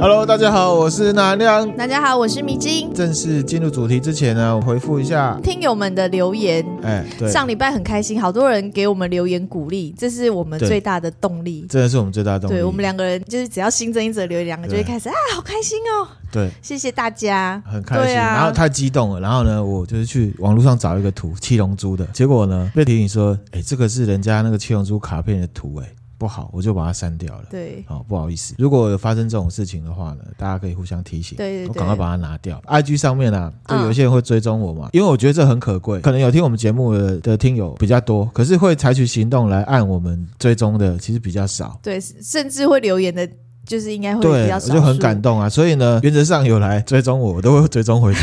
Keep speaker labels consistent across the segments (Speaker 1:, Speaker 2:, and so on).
Speaker 1: Hello，大家好，我是南亮。
Speaker 2: 大家好，我是迷津。
Speaker 1: 正式进入主题之前呢，我回复一下。
Speaker 2: 听友们的留言，
Speaker 1: 哎，对，
Speaker 2: 上礼拜很开心，好多人给我们留言鼓励，这是我们
Speaker 1: 对
Speaker 2: 最大的动力。
Speaker 1: 这是我们最大的动力。
Speaker 2: 对我们两个人，就是只要新增一则留言，两个就会
Speaker 1: 对
Speaker 2: 开始啊，好开心哦，
Speaker 1: 对
Speaker 2: 谢谢 大家，
Speaker 1: 很开心。
Speaker 2: 对啊
Speaker 1: 然后太激动了，然后呢，我就是去网络上找一个图，七龙珠的。结果呢，被提醒说，哎，这个是人家那个七龙珠卡片的图，哎，不好，我就把它删掉了。
Speaker 2: 对，
Speaker 1: 好、哦不好意思，如果有发生这种事情的话呢，大家可以互相提醒，
Speaker 2: 对对对
Speaker 1: 我赶快把它拿掉。IG 上面啊，就
Speaker 2: 嗯
Speaker 1: 有一些人会追踪我嘛，因为我觉得这很可贵，可能有听我们节目的的听友比较多，可是会采取行动来按我们追踪的其实比较少。
Speaker 2: 对，甚至会留言的，就是应该会比
Speaker 1: 对，
Speaker 2: 较
Speaker 1: 我
Speaker 2: 少数，
Speaker 1: 就很感动啊，所以呢，原则上有来追踪我，我都会追踪 回去。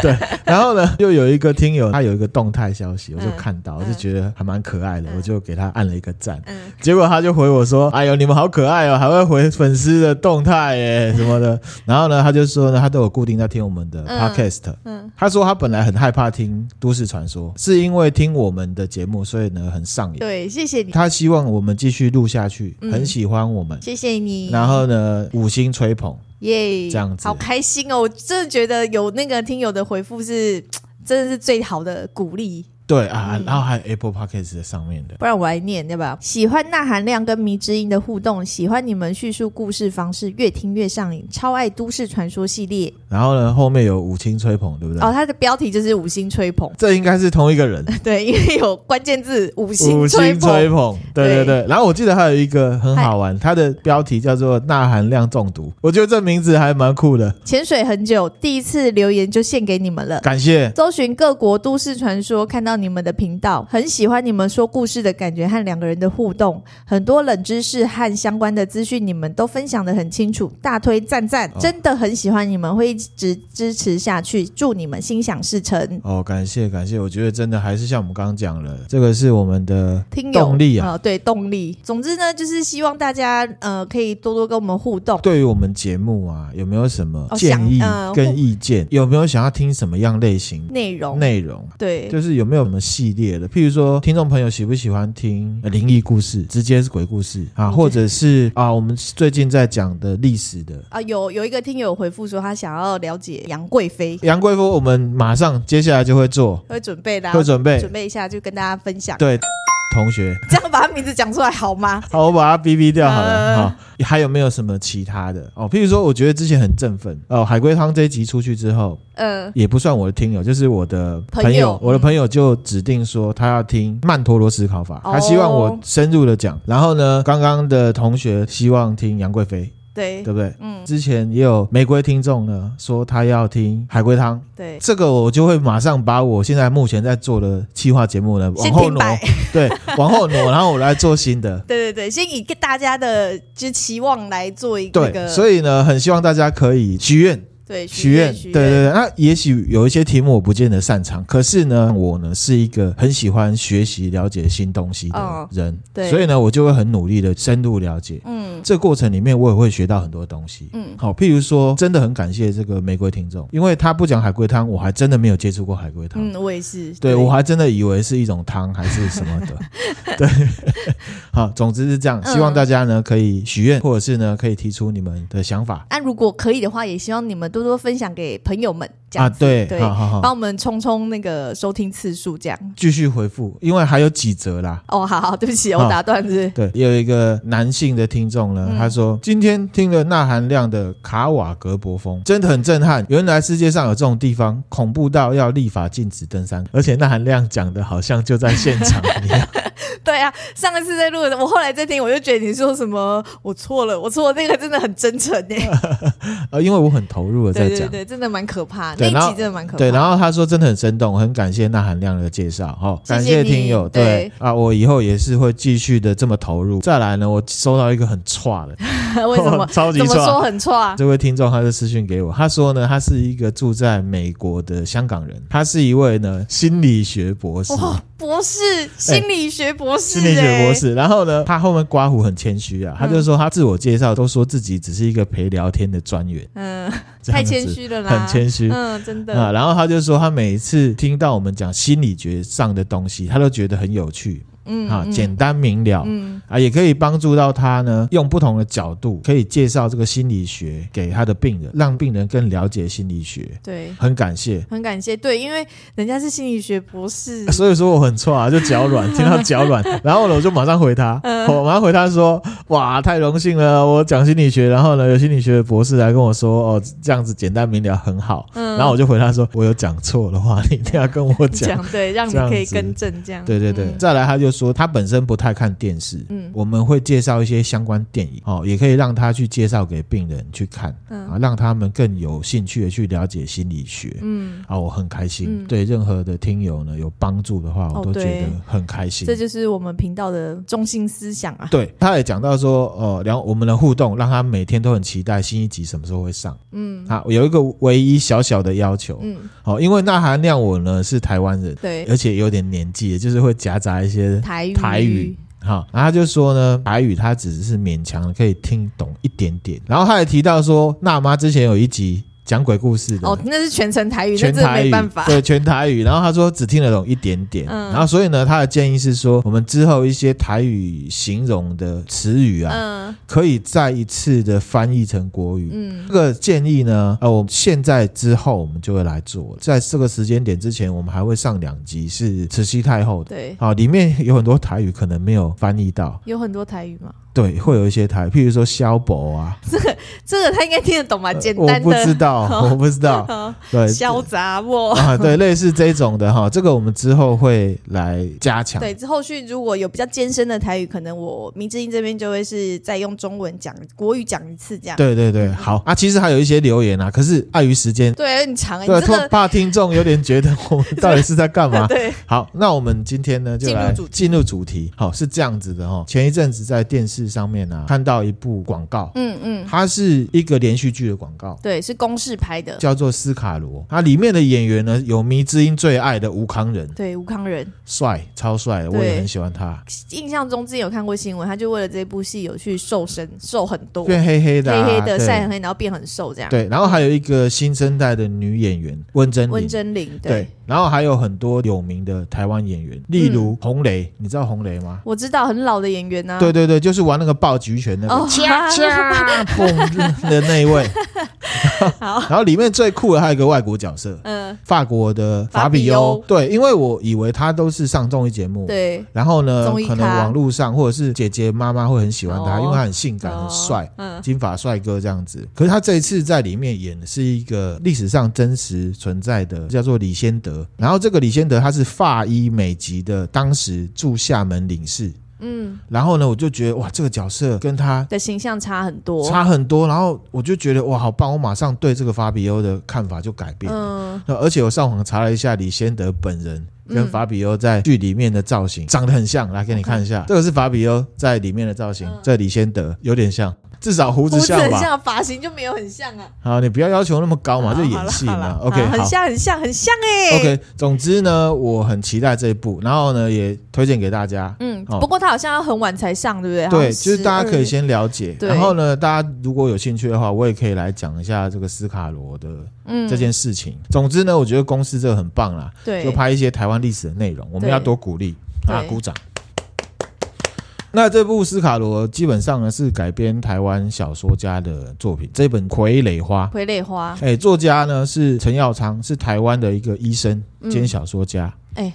Speaker 1: 对，然后呢，又有一个听友，他有一个动态消息，我就
Speaker 2: 嗯
Speaker 1: 看到，我就
Speaker 2: 嗯
Speaker 1: 觉得还蛮可爱的，
Speaker 2: 嗯
Speaker 1: 我就给他按了一个赞。
Speaker 2: 嗯，
Speaker 1: 结果他就回我说：“哎呦，你们好可爱哦，还会回粉丝的动态耶什么的。” 然后呢，他就说呢，他都有固定在听我们的
Speaker 2: 嗯
Speaker 1: podcast。
Speaker 2: 嗯
Speaker 1: 他说他本来很害怕听都市传说，是因为听我们的节目，所以呢很上瘾。
Speaker 2: 对，谢谢你，
Speaker 1: 他希望我们继续录下去，
Speaker 2: 嗯
Speaker 1: 很喜欢我们。
Speaker 2: 谢谢你，
Speaker 1: 然后呢，五星吹捧，
Speaker 2: 耶，
Speaker 1: 这样子
Speaker 2: 好开心哦，我真的觉得有那个听友的回复是，真的是最好的鼓励。
Speaker 1: 对啊，
Speaker 2: 嗯
Speaker 1: 然后还有 Apple Podcast 的上面的，
Speaker 2: 不然我来念，要不要？喜欢呐含量跟迷之音的互动，喜欢你们叙述故事方式，越听越上瘾，超爱都市传说系列。
Speaker 1: 然后呢后面有五星吹捧，对不对？
Speaker 2: 哦，它的标题就是五星吹捧，
Speaker 1: 这应该是同一个人，
Speaker 2: 对，因为有关键字五
Speaker 1: 五
Speaker 2: 星吹
Speaker 1: 星
Speaker 2: 捧，
Speaker 1: 吹捧，对对对。然后我记得还有一个很好玩，它的标题叫做“钠含量中毒”，我觉得这名字还蛮酷的。
Speaker 2: 潜水很久，第一次留言就献给你们了。
Speaker 1: 感谢，
Speaker 2: 搜寻各国都市传说，看到你们的频道，很喜欢你们说故事的感觉和两个人的互动，很多冷知识和相关的资讯你们都分享的很清楚，大推赞赞
Speaker 1: 哦，
Speaker 2: 真的很喜欢你们，会一直支持下去，祝你们心想事成。
Speaker 1: 哦，感谢感谢。我觉得真的还是像我们刚刚讲了，这个是我们的
Speaker 2: 听友
Speaker 1: 动力啊。
Speaker 2: 呃对动力。总之呢，就是希望大家呃可以多多跟我们互动。
Speaker 1: 对于我们节目啊，有没有什么
Speaker 2: 哦
Speaker 1: 建
Speaker 2: 想
Speaker 1: 议
Speaker 2: 呃
Speaker 1: 跟
Speaker 2: 或
Speaker 1: 意见？有没有想要听什么样类型
Speaker 2: 内容
Speaker 1: 内容？
Speaker 2: 对
Speaker 1: 就是有没有什么系列的？譬如说，听众朋友喜不喜欢听呃灵异故事，直接是鬼故事啊，
Speaker 2: 嗯
Speaker 1: 或者是啊，我们最近在讲的历史的
Speaker 2: 啊，有有一个听友回复说他想要了解杨贵妃，
Speaker 1: 杨贵妃，我们马上接下来就会做，
Speaker 2: 会准备啦，
Speaker 1: 会准备
Speaker 2: 准备一下就跟大家分享。
Speaker 1: 对同学。
Speaker 2: 这样把他名字讲出来好吗？
Speaker 1: 好，我把它逼逼掉好了。
Speaker 2: 呃
Speaker 1: 好、还有没有什么其他的哦？譬如说，我觉得之前很振奋哦，海龟汤这一集出去之后，
Speaker 2: 嗯，
Speaker 1: 也不算我的听友，就是我的朋友，
Speaker 2: 朋友
Speaker 1: 我的朋友就指定说他要听曼陀罗思考法，
Speaker 2: 哦
Speaker 1: 他希望我深入的讲。然后呢，刚刚的同学希望听杨贵妃，
Speaker 2: 对
Speaker 1: 对不对？
Speaker 2: 嗯，
Speaker 1: 之前也有玫瑰听众呢说他要听海龟汤，
Speaker 2: 对，
Speaker 1: 这个我就会马上把我现在目前在做的企划节目呢往
Speaker 2: 先
Speaker 1: 后
Speaker 2: 停
Speaker 1: 挪
Speaker 2: 摆，，
Speaker 1: 对， 往后挪，然后我来做新的。
Speaker 2: 对对对，先以大家的就是期望来做一个那
Speaker 1: 对，
Speaker 2: 个，
Speaker 1: 所以呢，很希望大家可以许愿，
Speaker 2: 对
Speaker 1: 许愿，
Speaker 2: 许
Speaker 1: 对对对。那也许有一些题目我不见得擅长，可是呢，我呢是一个很喜欢学习、了解新东西的
Speaker 2: 哦
Speaker 1: 人，
Speaker 2: 对
Speaker 1: 所以呢，我就会很努力的深入了解。
Speaker 2: 嗯
Speaker 1: 这过程里面，我也会学到很多东西。
Speaker 2: 嗯，
Speaker 1: 好，譬如说，真的很感谢这个玫瑰听众，因为他不讲海龟汤，我还真的没有接触过海龟汤。
Speaker 2: 嗯，我也是，
Speaker 1: 对我还真的以为是一种汤还是什么 的，对，好，总之是这样，希望
Speaker 2: 嗯
Speaker 1: 大家呢可以许愿，或者是呢可以提出你们的想法
Speaker 2: 那、如果可以的话，也希望你们多多分享给朋友们，这
Speaker 1: 啊，
Speaker 2: 样子、
Speaker 1: 对，
Speaker 2: 对
Speaker 1: 好好好，
Speaker 2: 帮我们冲冲那个收听次数，这样。
Speaker 1: 继续回复，因为还有几则啦。
Speaker 2: 哦，好好，对不起，我
Speaker 1: 好
Speaker 2: 打断是
Speaker 1: 对，也有一个男性的听众呢，
Speaker 2: 嗯
Speaker 1: 他说今天听了钠含量的卡瓦格博峰，真的很震撼。原来世界上有这种地方，恐怖到要立法禁止登山，而且钠含量讲的好像就在现场一 样。
Speaker 2: 对啊，上一次在录的，我后来在听，我就觉得你说什么，我错了，我错了，那个真的很真诚哎，
Speaker 1: 呃，因为我很投入的在
Speaker 2: 对
Speaker 1: 讲，
Speaker 2: 对对，真的蛮可怕，那
Speaker 1: 对
Speaker 2: 一
Speaker 1: 然后
Speaker 2: 集真的蛮可怕，
Speaker 1: 对，然后他说真的很生动，很感谢那含量的介绍，哈、
Speaker 2: 谢谢
Speaker 1: 感谢
Speaker 2: 你
Speaker 1: 听友，对
Speaker 2: 对
Speaker 1: 啊，我以后也是会继续的这么投入。再来呢，我收到一个很差的，
Speaker 2: 为什么？
Speaker 1: 超级
Speaker 2: 怎么说
Speaker 1: 差。
Speaker 2: 很错啊？
Speaker 1: 这位听众他就私讯给我，他说呢，他是一个住在美国的香港人，他是一位呢心理学博士，
Speaker 2: 哇，哦博士，心理学博
Speaker 1: 哎
Speaker 2: 士、欸
Speaker 1: 心理学博，士。然后呢，他后面刮胡很谦虚啊，他
Speaker 2: 嗯
Speaker 1: 就说他自我介绍都说自己只是一个陪聊天的专员，
Speaker 2: 嗯，
Speaker 1: 这样
Speaker 2: 太
Speaker 1: 子
Speaker 2: 谦，虚了啦，
Speaker 1: 很谦虚，
Speaker 2: 嗯，真的，
Speaker 1: 啊啊，然后他就说，他每一次听到我们讲心理学上的东西，他都觉得很有趣。
Speaker 2: 嗯
Speaker 1: 啊，
Speaker 2: 嗯
Speaker 1: 简单明了。
Speaker 2: 嗯
Speaker 1: 啊，也可以帮助到他呢，用不同的角度可以介绍这个心理学给他的病人，让病人更了解心理学。
Speaker 2: 对，
Speaker 1: 很感谢，
Speaker 2: 很感谢，对，因为人家是心理学 博士，
Speaker 1: 所以说我很错啊，就脚软，听到脚 软，然后呢我就马上回他，
Speaker 2: 嗯
Speaker 1: 我马上回他说，哇，太荣幸了，我讲心理学，然后呢有心理学的博士来跟我说，哦，这样子简单明了很好，
Speaker 2: 嗯
Speaker 1: 然后我就回他说，我有讲错的话，你一定要跟我讲。
Speaker 2: 讲 对，让你
Speaker 1: 这样
Speaker 2: 可以
Speaker 1: 子
Speaker 2: 更正这样。
Speaker 1: 对对对，
Speaker 2: 嗯
Speaker 1: 再来他就说他本身不太看电视，
Speaker 2: 嗯
Speaker 1: 我们会介绍一些相关电影哦，也可以让他去介绍给病人去看、
Speaker 2: 嗯
Speaker 1: 啊，让他们更有兴趣的去了解心理学。
Speaker 2: 嗯，
Speaker 1: 啊，我很开心，
Speaker 2: 嗯
Speaker 1: 对任何的听友呢有帮助的话，
Speaker 2: 哦
Speaker 1: 我都觉
Speaker 2: 对
Speaker 1: 得很开心。
Speaker 2: 这就是我们频道的中心思想啊。
Speaker 1: 对，他也讲到说，呃，然后我们的互动，让他每天都很期待新一集什么时候会上。
Speaker 2: 嗯
Speaker 1: 啊，有一个唯一小小的要求，
Speaker 2: 嗯，
Speaker 1: 好、因为那含亮我呢是台湾人，
Speaker 2: 对，
Speaker 1: 而且有点年纪，就是会夹杂一些
Speaker 2: 台语
Speaker 1: 台语。哈，然后他就说呢，台语他只是勉强可以听懂一点点。然后他也提到说，娜妈之前有一集讲鬼故事的，
Speaker 2: 哦，那是全程台语，那
Speaker 1: 全
Speaker 2: 真的
Speaker 1: 台
Speaker 2: 没
Speaker 1: 语
Speaker 2: 办法。
Speaker 1: 对全台语。然后他说只听得懂一点点，
Speaker 2: 嗯
Speaker 1: 然后所以呢，他的建议是说，我们之后一些台语形容的词语啊，
Speaker 2: 嗯
Speaker 1: 可以再一次的翻译成国语。
Speaker 2: 嗯
Speaker 1: 这个建议呢，呃，我们现在之后我们就会来做了，在这个时间点之前，我们还会上两集是慈禧太后的。
Speaker 2: 对，
Speaker 1: 好，里面有很多台语可能没有翻译到，
Speaker 2: 有很多台语嘛，
Speaker 1: 对，会有一些台语，譬如说萧伯啊，
Speaker 2: 这个他应该听得懂吧？简
Speaker 1: 呃我
Speaker 2: 单
Speaker 1: 不知
Speaker 2: 的， 哦
Speaker 1: 道，我不知道，对，
Speaker 2: 潇洒我。
Speaker 1: 啊，对，类似这种的哈，这个我们之后会来加强。
Speaker 2: 对，啊后续如果有比较艰深的台语，可能我明志英这边就会是再用中文讲国语讲一次这样。
Speaker 1: 对对
Speaker 2: 嗯
Speaker 1: 对好啊，其实还有一些留言啊，可是碍于时间，
Speaker 2: 对，有点长欸，
Speaker 1: 对，啊
Speaker 2: 你这
Speaker 1: 怕
Speaker 2: 个。
Speaker 1: 怕听众有点觉得我们到底是在干嘛
Speaker 2: 对，
Speaker 1: 好，那我们今天呢就
Speaker 2: 进入
Speaker 1: 来
Speaker 2: 主题
Speaker 1: 进入主题。好，是这样子的哦。前一阵子在电视上面啊看到一部广告，
Speaker 2: 嗯嗯，
Speaker 1: 它是一个连续剧的广告，
Speaker 2: 对，是公式拍的，
Speaker 1: 叫做《斯卡罗》，它里面的演员呢有迷之音最爱的吴康仁，
Speaker 2: 对，吴康仁。
Speaker 1: 帅，超帅的，我也
Speaker 2: 对
Speaker 1: 很喜欢他，
Speaker 2: 印象中之前有看过新闻，他就为了这部戏有去瘦身，瘦很多，
Speaker 1: 变黑黑的、
Speaker 2: 黑
Speaker 1: 啊，
Speaker 2: 黑的
Speaker 1: 对
Speaker 2: 晒很黑，然后变很瘦这样。，
Speaker 1: 对，然后还有一个新生代的女演员温真
Speaker 2: 温
Speaker 1: 菱，
Speaker 2: 真菱，嗯对，
Speaker 1: 对，然后还有很多有名的台湾演员，例如洪雷，你知道洪雷吗？
Speaker 2: 我知道很老的演员呐、啊，
Speaker 1: 对对对，就是玩那个爆菊拳那个
Speaker 2: 哦
Speaker 1: 掐掐嘣的那一位。 然后里面最酷的还有一个外国角色，
Speaker 2: 嗯、
Speaker 1: 法国的
Speaker 2: 法
Speaker 1: 法
Speaker 2: 比
Speaker 1: 比
Speaker 2: 欧
Speaker 1: 欧。对，因为我以为他都是上综艺节目，
Speaker 2: 对，
Speaker 1: 然后呢
Speaker 2: 综艺，咖
Speaker 1: 可能网络上或者是姐姐妈妈会很喜欢他，
Speaker 2: 哦
Speaker 1: 因为他很性感、
Speaker 2: 哦
Speaker 1: 很帅，
Speaker 2: 嗯
Speaker 1: 金发帅哥这样子。可是他这一次在里面演的是一个历史上真实存在的，叫做李先德。然后这个李先德他是法医美籍的，当时驻厦门领事。
Speaker 2: 嗯，
Speaker 1: 然后呢，我就觉得哇，这个角色跟他
Speaker 2: 的形象差很多，
Speaker 1: 差很多。然后我就觉得哇，好棒！我马上对这个法比欧的看法就改变了。
Speaker 2: 嗯，
Speaker 1: 那而且我上网查了一下李先德本人跟
Speaker 2: 嗯
Speaker 1: 法比欧在剧里面的造型长得很像，来给你看一下，这个是法比欧在里面的造型
Speaker 2: 嗯，
Speaker 1: 这李先德有点像，至少胡子
Speaker 2: 胡子
Speaker 1: 像
Speaker 2: 很
Speaker 1: 吧？
Speaker 2: 像，发型就没有很像啊，
Speaker 1: 好，你不要要求那么高嘛，
Speaker 2: 好
Speaker 1: 哦就
Speaker 2: 好
Speaker 1: 演
Speaker 2: 啦
Speaker 1: 戏
Speaker 2: 好
Speaker 1: 嘛
Speaker 2: 啦。
Speaker 1: 啊 OK，
Speaker 2: 好
Speaker 1: 好
Speaker 2: 很。像很像很像哎、
Speaker 1: OK，总之呢，我很期待这一部，然后呢，也推荐给大家。
Speaker 2: 嗯，
Speaker 1: 哦
Speaker 2: 不过他好像要很晚才上，对不对？好
Speaker 1: 对，
Speaker 2: 像
Speaker 1: 就是大家可以
Speaker 2: 12
Speaker 1: 先了解，
Speaker 2: 对
Speaker 1: 然后呢，大家如果有兴趣的话，我也可以来讲一下这个斯卡罗的
Speaker 2: 嗯
Speaker 1: 这件事情。总之呢，我觉得公司这个很棒啦，
Speaker 2: 对
Speaker 1: 就拍一些台湾历史的内容，我们
Speaker 2: 对
Speaker 1: 要多鼓励啊，
Speaker 2: 对
Speaker 1: 鼓掌。那这部《斯卡罗》基本上呢是改编台湾小说家的作品，这本《傀儡花》。
Speaker 2: 傀儡花，
Speaker 1: 哎，作家呢是陈耀昌，是台湾的一个医生
Speaker 2: 嗯
Speaker 1: 兼小说家。
Speaker 2: 哎、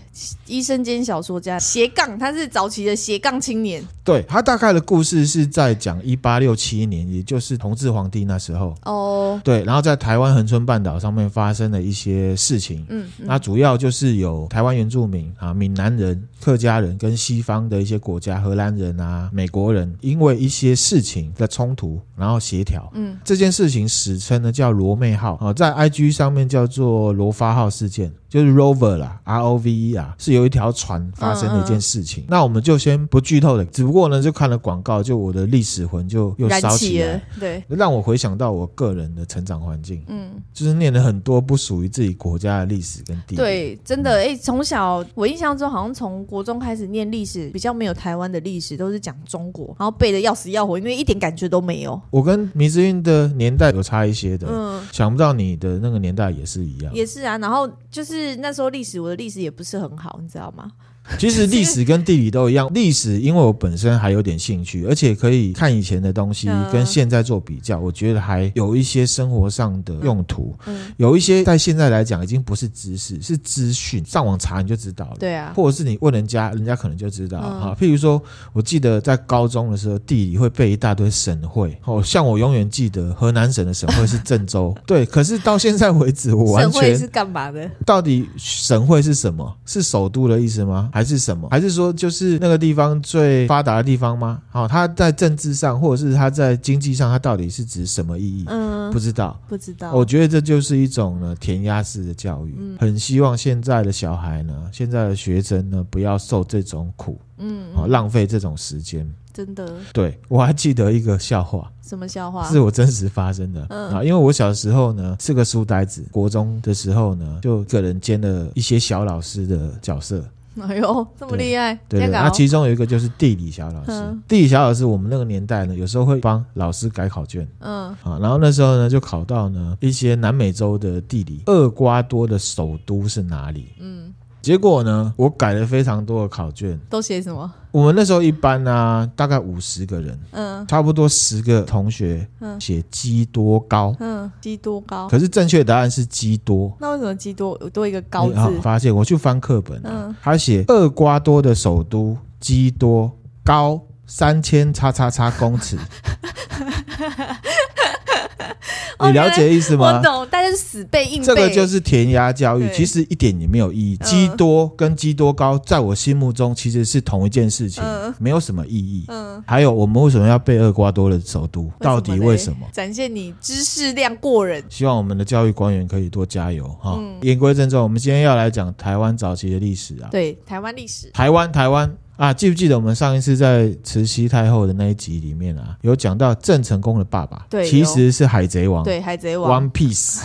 Speaker 2: 医生兼小说家，斜杠，他是早期的斜杠青年，
Speaker 1: 对他大概的故事是在讲一八六七年，也就是同治皇帝那时候，
Speaker 2: 哦，
Speaker 1: 对，然后在台湾恒春半岛上面发生的一些事情。
Speaker 2: 嗯，嗯
Speaker 1: 那主要就是有台湾原住民啊、闽南人、客家人跟西方的一些国家，荷兰人啊、美国人，因为一些事情的冲突，然后协调。
Speaker 2: 嗯，
Speaker 1: 这件事情史称呢叫罗妹号啊，在 IG 上面叫做罗发号事件，就是 Rover 啦，R O V E 啊，是有一条船发生的一件事
Speaker 2: 嗯
Speaker 1: 情。那我们就先不剧透了，只不过呢，就看了广告，就我的历史魂就又
Speaker 2: 燃
Speaker 1: 烧
Speaker 2: 起
Speaker 1: 起
Speaker 2: 了
Speaker 1: 来，，
Speaker 2: 对，
Speaker 1: 让我回想到我个人的成长环境。
Speaker 2: 嗯，
Speaker 1: 就是念了很多不属于自己国家的历史跟地理。
Speaker 2: 对，真的，哎、从小我印象中好像从国中开始念历史，比较没有台湾的历史，都是讲中国，然后背的要死要活，因为一点感觉都没有。
Speaker 1: 我跟迷之音的年代有差一些的，
Speaker 2: 嗯，
Speaker 1: 想不到你的那个年代也是一样。
Speaker 2: 也是啊，然后就是那时候历史，我的历史也不是很好，你知道吗？
Speaker 1: 其实历史跟地理都一样，历史因为我本身还有点兴趣，而且可以看以前的东西
Speaker 2: 嗯
Speaker 1: 跟现在做比较，我觉得还有一些生活上的用途，
Speaker 2: 嗯，
Speaker 1: 有一些在现在来讲已经不是知识，是资讯，上网查你就知道了。
Speaker 2: 对啊，
Speaker 1: 或者是你问人家，人家可能就知道
Speaker 2: 嗯
Speaker 1: 啊。譬如说，我记得在高中的时候，地理会背一大堆省会，哦，像我永远记得河南省的省会是郑 州，对。可是到现在为止，我完
Speaker 2: 省会
Speaker 1: 全
Speaker 2: 是干嘛的？
Speaker 1: 到底省会是什么？是首都的意思吗？还是什么？还是说就是那个地方最发达的地方吗？好、它在政治上或者是它在经济上，它到底是指什么意义？
Speaker 2: 嗯
Speaker 1: 不，知道。
Speaker 2: 不知道。
Speaker 1: 我觉得这就是一种呢填鸭式的教育，
Speaker 2: 嗯
Speaker 1: 很希望现在的小孩呢，现在的学生呢，不要受这种苦，
Speaker 2: 嗯，
Speaker 1: 啊、浪费这种时间。
Speaker 2: 真的，
Speaker 1: 对我还记得一个笑话，
Speaker 2: 什么笑话？
Speaker 1: 是我真实发生的
Speaker 2: 嗯
Speaker 1: 啊，因为我小时候呢是个书呆子，国中的时候呢就个人兼了一些小老师的角色，
Speaker 2: 哎呦，这么厉害！
Speaker 1: 对
Speaker 2: 这
Speaker 1: 对，
Speaker 2: 个哦
Speaker 1: 那其中有一个就是地理小老师
Speaker 2: 嗯，
Speaker 1: 地理小老师我们那个年代呢，有时候会帮老师改考卷。
Speaker 2: 嗯
Speaker 1: 啊，然后那时候呢，就考到呢一些南美洲的地理，厄瓜多的首都是哪里？
Speaker 2: 嗯，
Speaker 1: 结果呢，我改了非常多的考卷。
Speaker 2: 都写什么？
Speaker 1: 我们那时候一般呢、大概五十个人，
Speaker 2: 嗯
Speaker 1: 差不多十个同学
Speaker 2: 嗯
Speaker 1: 写基多高，
Speaker 2: 嗯，基多高。
Speaker 1: 可是正确答案是基多。
Speaker 2: 那为什么基多多一个高
Speaker 1: 你啊
Speaker 2: 字？
Speaker 1: 发现我去翻课本、啊，
Speaker 2: 嗯，
Speaker 1: 他写厄瓜多的首都基多高三千叉叉叉公 尺。你了解意思吗？
Speaker 2: 哦我懂，大家是死背硬背。
Speaker 1: 这个就是填鸭教育，
Speaker 2: 对
Speaker 1: 其实一点也没有意义。
Speaker 2: 嗯
Speaker 1: 基多跟基多高，在我心目中其实是同一件事情
Speaker 2: 嗯，
Speaker 1: 没有什么意义。
Speaker 2: 嗯，
Speaker 1: 还有，我们为什么要背厄瓜多的首都？
Speaker 2: 么
Speaker 1: 到底
Speaker 2: 嘞
Speaker 1: 为什么？
Speaker 2: 展现你知识量过人。
Speaker 1: 希望我们的教育官员可以多加油哈。
Speaker 2: 嗯
Speaker 1: 言归正传，我们今天要来讲台湾早期的历史啊。
Speaker 2: 对，台湾历史。
Speaker 1: 台湾，台湾啊，记不记得我们上一次在慈禧太后的那一集里面啊，有讲到郑成功的爸爸，
Speaker 2: 对
Speaker 1: 其
Speaker 2: 有
Speaker 1: 实是海贼王，
Speaker 2: 对，海贼王
Speaker 1: ，One Piece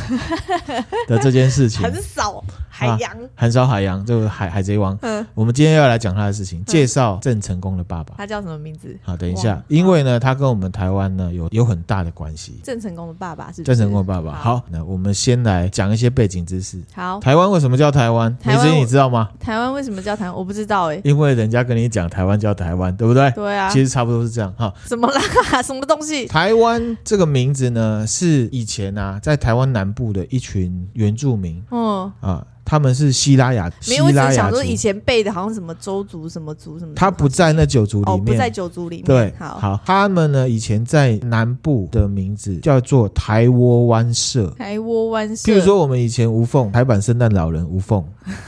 Speaker 1: 的这件事情。
Speaker 2: 很少海洋。
Speaker 1: 韩烧海洋，这个海海贼王。
Speaker 2: 嗯，
Speaker 1: 我们今天要来讲他的事情，介绍郑成功的爸爸。
Speaker 2: 他叫什么名字？
Speaker 1: 好，等一
Speaker 2: 哇
Speaker 1: 下，因为呢，他跟我们台湾呢有有很大的关系。
Speaker 2: 郑成功的爸爸是不
Speaker 1: 郑
Speaker 2: 是
Speaker 1: 成功的爸爸，好，那我们先来讲一些背景知识。
Speaker 2: 好，
Speaker 1: 台湾为什么叫台湾？
Speaker 2: 台
Speaker 1: 梅
Speaker 2: 湾
Speaker 1: 子你知道吗？
Speaker 2: 台湾为什么叫台湾？我不知道哎、
Speaker 1: 因为人家跟你讲台湾叫台湾，对不对？
Speaker 2: 对啊，
Speaker 1: 其实差不多是这样哈。
Speaker 2: 怎么啦？ 什么东西？
Speaker 1: 台湾这个名字呢，是以前啊，在台湾南部的一群原住民
Speaker 2: 嗯，
Speaker 1: 啊，他们是希拉雅，
Speaker 2: 没
Speaker 1: 希
Speaker 2: 有，我只
Speaker 1: 拉
Speaker 2: 是想
Speaker 1: 雅
Speaker 2: 说
Speaker 1: 族，
Speaker 2: 以前背的好像什么周族、什么族、什么族。
Speaker 1: 他不在那九族
Speaker 2: 哦，
Speaker 1: 里
Speaker 2: 不
Speaker 1: 面，
Speaker 2: 在九族里面。
Speaker 1: 对，
Speaker 2: 好，
Speaker 1: 他们呢以前在南部的名字叫做台窝湾社。
Speaker 2: 台窝湾社，
Speaker 1: 譬如说，我们以前无缝台版圣诞老人无缝，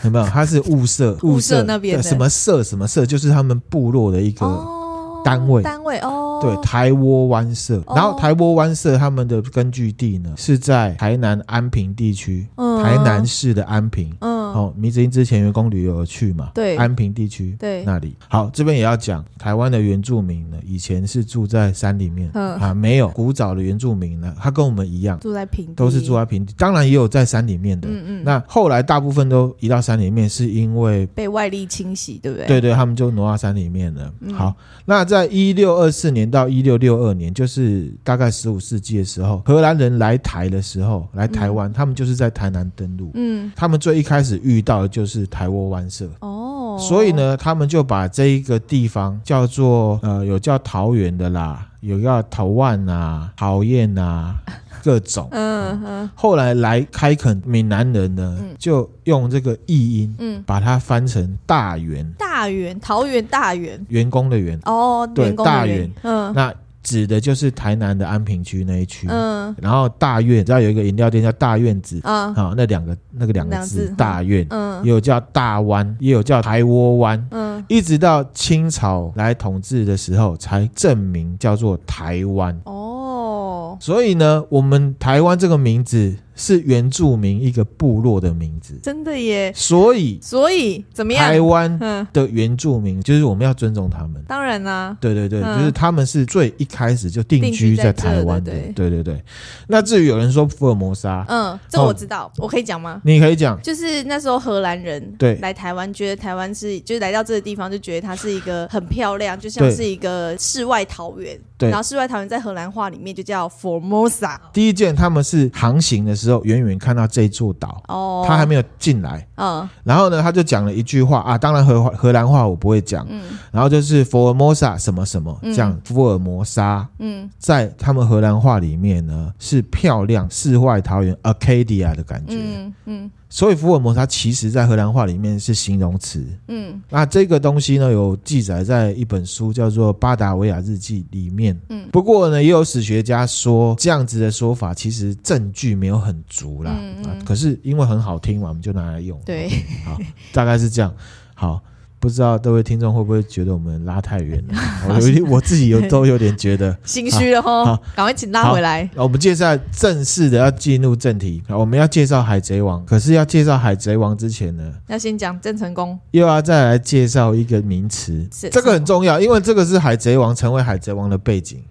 Speaker 1: 有没有？他是雾社，
Speaker 2: 雾社那边的
Speaker 1: 对什么社什么社，就是他们部落的一个、
Speaker 2: 哦，
Speaker 1: 单位
Speaker 2: 单位哦，
Speaker 1: 对台窝湾社。
Speaker 2: 哦
Speaker 1: 然后台窝湾社他们的根据地呢是在台南安平地区，
Speaker 2: 嗯
Speaker 1: 台南市的安平。
Speaker 2: 嗯，
Speaker 1: 哦，迷之音之前员工旅游有去嘛？
Speaker 2: 对
Speaker 1: 安平地区。
Speaker 2: 对，
Speaker 1: 那里。好，这边也要讲，台湾的原住民呢，以前是住在山里面，
Speaker 2: 嗯
Speaker 1: 啊，没有古早的原住民呢，他跟我们一样，
Speaker 2: 住在平地，
Speaker 1: 都是住在平地，当然也有在山里面的。
Speaker 2: 嗯嗯，
Speaker 1: 那后来大部分都移到山里面，是因为。
Speaker 2: 被外力侵袭，对不对？嗯
Speaker 1: 对对，他们就挪到山里面了。好，那在一六二四年到一六六二年，就是大概十五世纪的时候，荷兰人来台的时候，来台湾，他们就是在台南登陆。
Speaker 2: 嗯，
Speaker 1: 他们最一开始遇到的就是台窝湾社，
Speaker 2: 哦，
Speaker 1: 所以，呢，他们就把这一个地方叫做呃，有叫桃园的啦，有叫桃万啊、桃燕啊，各种。
Speaker 2: 嗯嗯
Speaker 1: 后来来开垦闽南人呢，就用这个译音
Speaker 2: 嗯，
Speaker 1: 把它翻成大园，
Speaker 2: 大园，桃园大园，
Speaker 1: 员工的员，
Speaker 2: 哦，
Speaker 1: 对
Speaker 2: 员工
Speaker 1: 大
Speaker 2: 的
Speaker 1: 园
Speaker 2: 园，嗯
Speaker 1: 那指的就是台南的安平区那一区。
Speaker 2: 嗯
Speaker 1: 然后大院，你知道有一个饮料店叫大院子，
Speaker 2: 啊
Speaker 1: 啊，那两个那个两个
Speaker 2: 两个
Speaker 1: 字
Speaker 2: 字
Speaker 1: 大院，
Speaker 2: 嗯
Speaker 1: 也有叫大湾，也有叫台窝湾，
Speaker 2: 嗯，
Speaker 1: 一直到清朝来统治的时候，才证明叫做台湾。
Speaker 2: 哦，
Speaker 1: 所以呢，我们台湾这个名字是原住民一个部落的名字，
Speaker 2: 真的耶，
Speaker 1: 所以
Speaker 2: 所以怎么样
Speaker 1: 台？湾
Speaker 2: 嗯，
Speaker 1: 的原住民就是我们要尊重他们。
Speaker 2: 当然啦，
Speaker 1: 对对对，
Speaker 2: 嗯
Speaker 1: 就是他们是最一开始就定居在台湾的。
Speaker 2: 定居在
Speaker 1: 对对对。那至于有人说福尔摩沙，
Speaker 2: 嗯，这
Speaker 1: 哦
Speaker 2: 我知道，我可以讲吗？
Speaker 1: 你可以讲
Speaker 2: 就是那时候荷兰人
Speaker 1: 对
Speaker 2: 来台湾，觉得台湾是就是来到这个地方就觉得它是一个很漂亮，就像
Speaker 1: 对
Speaker 2: 是一个世外桃源。
Speaker 1: 对
Speaker 2: 然后世外桃源在荷兰话里面就叫 Formosa。
Speaker 1: 第一件，他们是航行的时候，远远看到这座岛，
Speaker 2: 哦，
Speaker 1: 他还没有进来。
Speaker 2: 嗯
Speaker 1: 然后呢，他就讲了一句话啊，当然荷荷兰话我不会讲，
Speaker 2: 嗯
Speaker 1: 然后就是福尔摩沙什么什么，
Speaker 2: 嗯
Speaker 1: 这样福尔摩沙
Speaker 2: 嗯，
Speaker 1: 在他们荷兰话里面呢是漂亮世外桃源 Arcadia 的感觉，
Speaker 2: 嗯嗯
Speaker 1: 所以福尔摩沙其实在荷兰话里面是形容词。
Speaker 2: 嗯
Speaker 1: 那这个东西呢，有记载在一本书叫做《巴达维亚日记》里面。
Speaker 2: 嗯
Speaker 1: 不过呢，也有史学家说，这样子的说法其实证据没有很足啦。
Speaker 2: 嗯嗯
Speaker 1: 啊可是因为很好听嘛，我们就拿来用。
Speaker 2: 对，
Speaker 1: 好，大概是这样。好，不知道各位听众会不会觉得我们拉太远 了？我有一点，我自己有都有点觉得。
Speaker 2: 心虚了吼
Speaker 1: 好，
Speaker 2: 赶快请拉回来。
Speaker 1: 那我们接下来正式的要进入正题，好我们要介绍《海贼王》。可是要介绍《海贼王》之前呢，
Speaker 2: 要先讲郑成功，
Speaker 1: 又要再来介绍一个名词
Speaker 2: 是，
Speaker 1: 这个很重要，因为这个是《海贼王》成为海贼王的背景。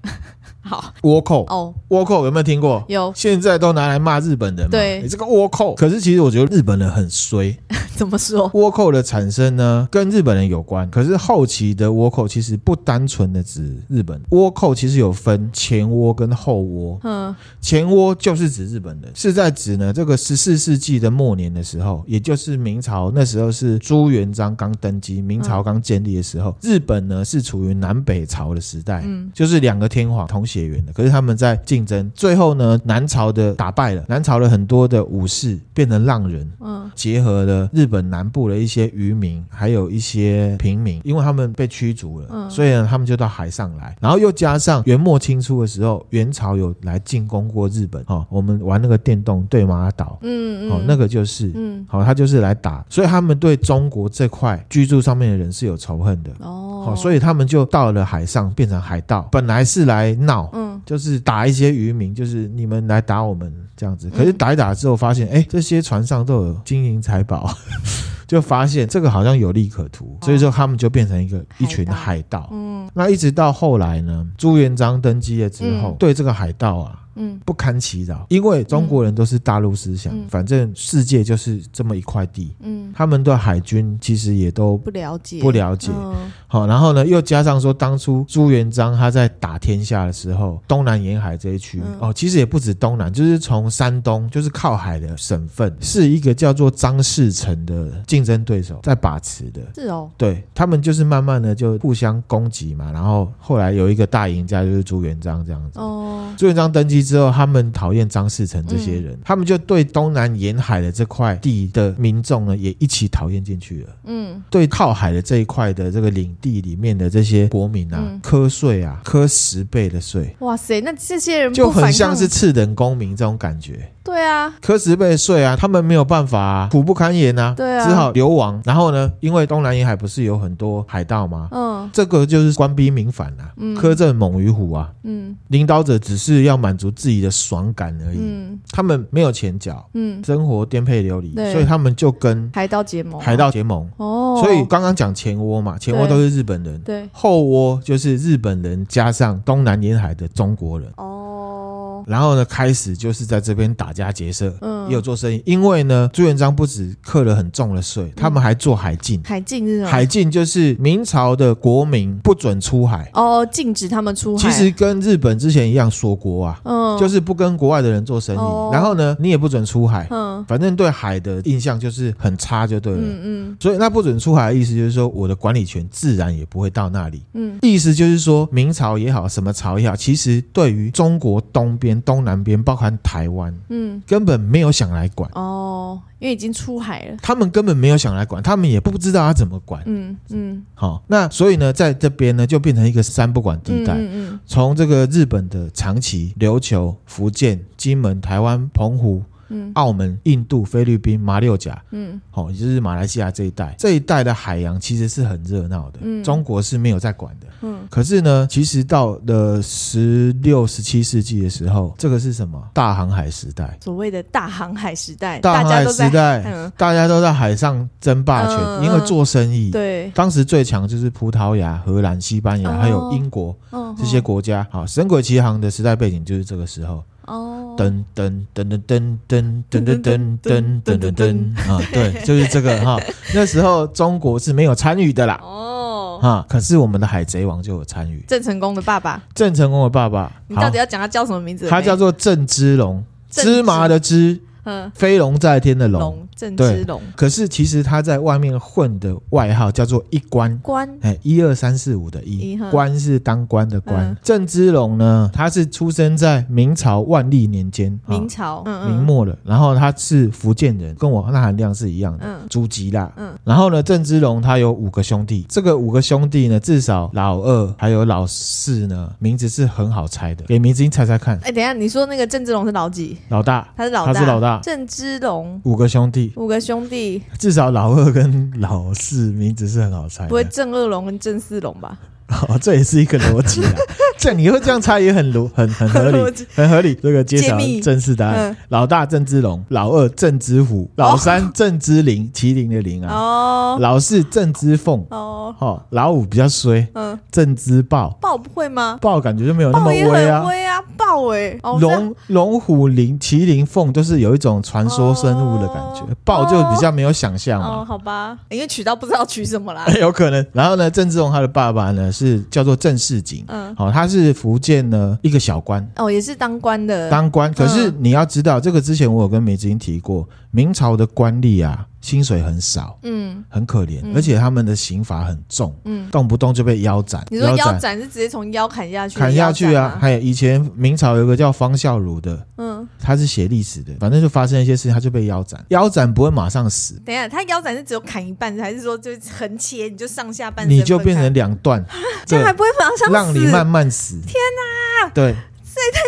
Speaker 2: 好
Speaker 1: 倭寇，
Speaker 2: 哦，
Speaker 1: 倭寇有没有听过？
Speaker 2: 有
Speaker 1: 现在都拿来骂日本人嘛，
Speaker 2: 对
Speaker 1: 你这个倭寇。可是其实我觉得日本人很衰，
Speaker 2: 怎么说？
Speaker 1: 倭寇的产生呢，跟日本人有关。可是后期的倭寇其实不单纯的指日本，倭寇其实有分前倭跟后倭。
Speaker 2: 嗯
Speaker 1: 前倭就是指日本人，是在指呢这个十四世纪的末年的时候，也就是明朝那时候是朱元璋刚登基，明朝刚建立的时候，日本呢是处于南北朝的时代。
Speaker 2: 嗯
Speaker 1: 就是两个天皇同血缘的，可是他们在竞争，最后呢，南朝的打败了，南朝的很多的武士变成浪人，
Speaker 2: 嗯
Speaker 1: 结合了日本南部的一些渔民，还有一些平民，因为他们被驱逐了，
Speaker 2: 嗯
Speaker 1: 所以呢，他们就到海上来。然后又加上元末清初的时候，元朝有来进攻过日本哦。我们玩那个电动对马岛，
Speaker 2: 嗯
Speaker 1: 哦，
Speaker 2: 嗯，
Speaker 1: 那个就是，
Speaker 2: 嗯
Speaker 1: 好、他就是来打，所以他们对中国这块居住上面的人是有仇恨的。
Speaker 2: 哦
Speaker 1: 好、，所
Speaker 2: 以
Speaker 1: 以他们就到了海上，变成海盗。本来是来闹，
Speaker 2: 嗯
Speaker 1: 就是打一些渔民，就是你们来打我们这样子。可是
Speaker 2: 嗯
Speaker 1: 打一打之后，发现哎、诶这些船上都有金银财宝， 就发现这个好像有利可图，所以说他们就变成一个一群海盗。
Speaker 2: 哦嗯
Speaker 1: 那一直到后来呢，朱元璋登基了之后，
Speaker 2: 嗯
Speaker 1: 对这个海盗啊
Speaker 2: 嗯
Speaker 1: 不堪其扰，因为中国人都是大陆思想，
Speaker 2: 嗯
Speaker 1: 反正世界就是这么一块地，
Speaker 2: 嗯，
Speaker 1: 他们对海军其实也都
Speaker 2: 不了解，
Speaker 1: 不了解。
Speaker 2: 嗯
Speaker 1: 好，然后呢，又加上说，当初朱元璋他在打天下的时候，东南沿海这一区、
Speaker 2: 嗯
Speaker 1: 哦，其实也不止东南，就是从山东，就是靠海的省份，是一个叫做张士诚的竞争对手在把持的。
Speaker 2: 是哦，
Speaker 1: 对他们就是慢慢的就互相攻击嘛，然后后来有一个大赢家就是朱元璋这样子。
Speaker 2: 哦，
Speaker 1: 朱元璋登基之后，他们讨厌张士诚这些
Speaker 2: 嗯
Speaker 1: 人，他们就对东南沿海的这块地的民众呢，也一起讨厌进去了。
Speaker 2: 嗯
Speaker 1: 对靠海的这一块的这个领地里面的这些国民啊
Speaker 2: 嗯，
Speaker 1: 苛税啊，苛十倍的税，
Speaker 2: 哇塞，那这些人
Speaker 1: 就
Speaker 2: 不
Speaker 1: 很
Speaker 2: 反抗
Speaker 1: 像是次等公民这种感觉。
Speaker 2: 对啊，
Speaker 1: 苛十倍的税啊，他们没有办法啊，苦不堪言啊，
Speaker 2: 对啊
Speaker 1: 只好流亡。然后呢，因为东南沿海不是有很多海盗吗？
Speaker 2: 嗯
Speaker 1: 这个就是官逼民反啊，
Speaker 2: 嗯
Speaker 1: 苛政猛于虎啊。
Speaker 2: 嗯
Speaker 1: 领导者只是要满足自己的爽感而已，
Speaker 2: 嗯
Speaker 1: 他们没有钱缴，
Speaker 2: 嗯，
Speaker 1: 生活颠沛流离，
Speaker 2: 对
Speaker 1: 所以他们就跟
Speaker 2: 海盗结盟，
Speaker 1: 海盗结盟。
Speaker 2: 哦，
Speaker 1: 所以刚刚讲前倭嘛，前倭
Speaker 2: 对
Speaker 1: 都是日本人，
Speaker 2: 对
Speaker 1: 后倭就是日本人加上东南沿海的中国人，
Speaker 2: 哦，
Speaker 1: 然后呢，开始就是在这边打家劫舍，
Speaker 2: 嗯，
Speaker 1: 也有做生意。因为呢，朱元璋不止课了很重的税，他们还做海禁。
Speaker 2: 海禁嗯是什啊么？
Speaker 1: 海禁就是明朝的国民不准出海，
Speaker 2: 哦，禁止他们出海，
Speaker 1: 其实跟日本之前一样锁国啊，
Speaker 2: 嗯，
Speaker 1: 就是是不跟国外的人做生
Speaker 2: 哦
Speaker 1: 意。然后呢，你也不准出海，
Speaker 2: 嗯
Speaker 1: 反正对海的印象就是很差就对了。
Speaker 2: 嗯嗯
Speaker 1: 所以那不准出海的意思就是说，我的管理权自然也不会到那里。
Speaker 2: 嗯
Speaker 1: 意思就是说，明朝也好，什么朝也好，其实对于中国东边、东南边，包含台湾，
Speaker 2: 嗯，
Speaker 1: 根本没有想来管，
Speaker 2: 哦，因为已经出海了，
Speaker 1: 他们根本没有想来管，他们也不知道要怎么管。
Speaker 2: 嗯嗯，
Speaker 1: 好、那所以呢，在这边呢，就变成一个三不管地带。
Speaker 2: 嗯嗯
Speaker 1: 从这个日本的长崎、琉球、福建、金门、台湾、澎湖、
Speaker 2: 嗯
Speaker 1: 澳门、印度、菲律宾、马六甲，
Speaker 2: 嗯
Speaker 1: 哦，也就是马来西亚这一带，这一带的海洋其实是很热闹的，
Speaker 2: 嗯
Speaker 1: 中国是没有在管的。
Speaker 2: 嗯
Speaker 1: 可是呢，其实到了十六、十七世纪的时候，这个是什么？大航海时代。
Speaker 2: 所谓的大航海时代，
Speaker 1: 大
Speaker 2: 大
Speaker 1: 航
Speaker 2: 家
Speaker 1: 海
Speaker 2: 都
Speaker 1: 时
Speaker 2: 在，
Speaker 1: 代，
Speaker 2: 嗯，
Speaker 1: 大家都在海上争霸权，
Speaker 2: 嗯
Speaker 1: 因为做生意。
Speaker 2: 对，
Speaker 1: 当时最强就是葡萄牙、荷兰、西班牙，
Speaker 2: 哦
Speaker 1: 还有英国
Speaker 2: 哦
Speaker 1: 这些国家。好，《神鬼奇航》的时代背景就是这个时候。
Speaker 2: 哦，
Speaker 1: 噔噔噔噔噔噔噔噔噔噔噔噔噔啊，对， 就是这个哈。那时候中国是没有参与的啦，
Speaker 2: 哦，
Speaker 1: 哈。可是我们的海贼王就有参与。
Speaker 2: 郑成功的爸爸，
Speaker 1: 郑成功的爸爸，
Speaker 2: 你
Speaker 1: 好
Speaker 2: 到底要讲他叫什么名字？
Speaker 1: 他叫做郑芝龙，
Speaker 2: 郑芝
Speaker 1: 芝麻的芝，
Speaker 2: 嗯，
Speaker 1: 飞龙在天的龙。
Speaker 2: 龙郑芝龙
Speaker 1: 可是其实他在外面混的外号叫做一官，
Speaker 2: 官，
Speaker 1: 哎，一二三四五的一
Speaker 2: 一哈，
Speaker 1: 官是当官的官
Speaker 2: 嗯。
Speaker 1: 郑芝龙呢，他是出生在明朝万历年间，啊
Speaker 2: 明朝，嗯
Speaker 1: 明
Speaker 2: 嗯
Speaker 1: 末了，然后他是福建人，跟我那含量是一样的。
Speaker 2: 嗯
Speaker 1: 祖籍啦，
Speaker 2: 嗯
Speaker 1: 然后呢，郑芝龙他有五个兄弟，这个五个兄弟呢，至少老二还有老四呢，名字是很好猜的，给明星猜猜看，
Speaker 2: 哎、等一下，你说那个郑芝龙是老几？
Speaker 1: 老大，
Speaker 2: 他是老大，
Speaker 1: 他是老大
Speaker 2: 郑芝龙
Speaker 1: 五个兄弟，
Speaker 2: 五个兄弟，
Speaker 1: 至少老二跟老四名字是很好猜
Speaker 2: 不会
Speaker 1: 的，
Speaker 2: 郑二龙跟郑四龙吧？
Speaker 1: 哦，这也是一个逻辑 啊，这你会这样猜也很逻很很合
Speaker 2: 逻
Speaker 1: 理
Speaker 2: 辑，
Speaker 1: 很合理。这个揭晓
Speaker 2: 揭秘
Speaker 1: 正式答案，
Speaker 2: 嗯，
Speaker 1: 老大郑芝龙，老二郑芝虎，老三郑芝林，麒麟的麟啊，
Speaker 2: 哦
Speaker 1: 老四郑芝凤，
Speaker 2: 哦，
Speaker 1: 哦，老五比较衰，
Speaker 2: 嗯，
Speaker 1: 郑芝豹，
Speaker 2: 豹不会吗？
Speaker 1: 豹感觉就没有那么
Speaker 2: 豹也
Speaker 1: 威啊
Speaker 2: 很。威啊，豹哎、哦，这样
Speaker 1: 龙龙虎麟麒麟凤就是有一种传说生物的感觉
Speaker 2: 哦，
Speaker 1: 豹就比较没有想象
Speaker 2: 哦，
Speaker 1: 嘛，哎
Speaker 2: 好吧，因为取到不知道取什么啦，
Speaker 1: 有可能。然后呢，郑芝龙他的爸爸呢是叫做郑世景，
Speaker 2: 嗯，
Speaker 1: 好、他是福建呢一个小官，
Speaker 2: 哦，也是当官的，
Speaker 1: 当官。可
Speaker 2: 嗯
Speaker 1: 是你要知道，这个之前我有跟梅子英提过，明朝的官吏啊，薪水很少，
Speaker 2: 嗯
Speaker 1: 很可怜，
Speaker 2: 嗯
Speaker 1: 而且他们的刑罚很重，
Speaker 2: 嗯，
Speaker 1: 动不动就被腰斩。
Speaker 2: 你说腰
Speaker 1: 斩
Speaker 2: 斩是直接从腰砍下去的腰
Speaker 1: 砍
Speaker 2: 斩吗，
Speaker 1: 下去啊！还有以前明朝有一个叫方孝孺的，
Speaker 2: 嗯，
Speaker 1: 他是写历史的，反正就发生一些事情，他就被腰斩。腰斩不会马上死，
Speaker 2: 等一下，他腰斩是只有砍一半，还是说就横切，你就上下半身分
Speaker 1: 你
Speaker 2: 开，
Speaker 1: 就变成两段，
Speaker 2: 这样还
Speaker 1: 对，
Speaker 2: 不会马上死？
Speaker 1: 让你慢慢死。天哪！对，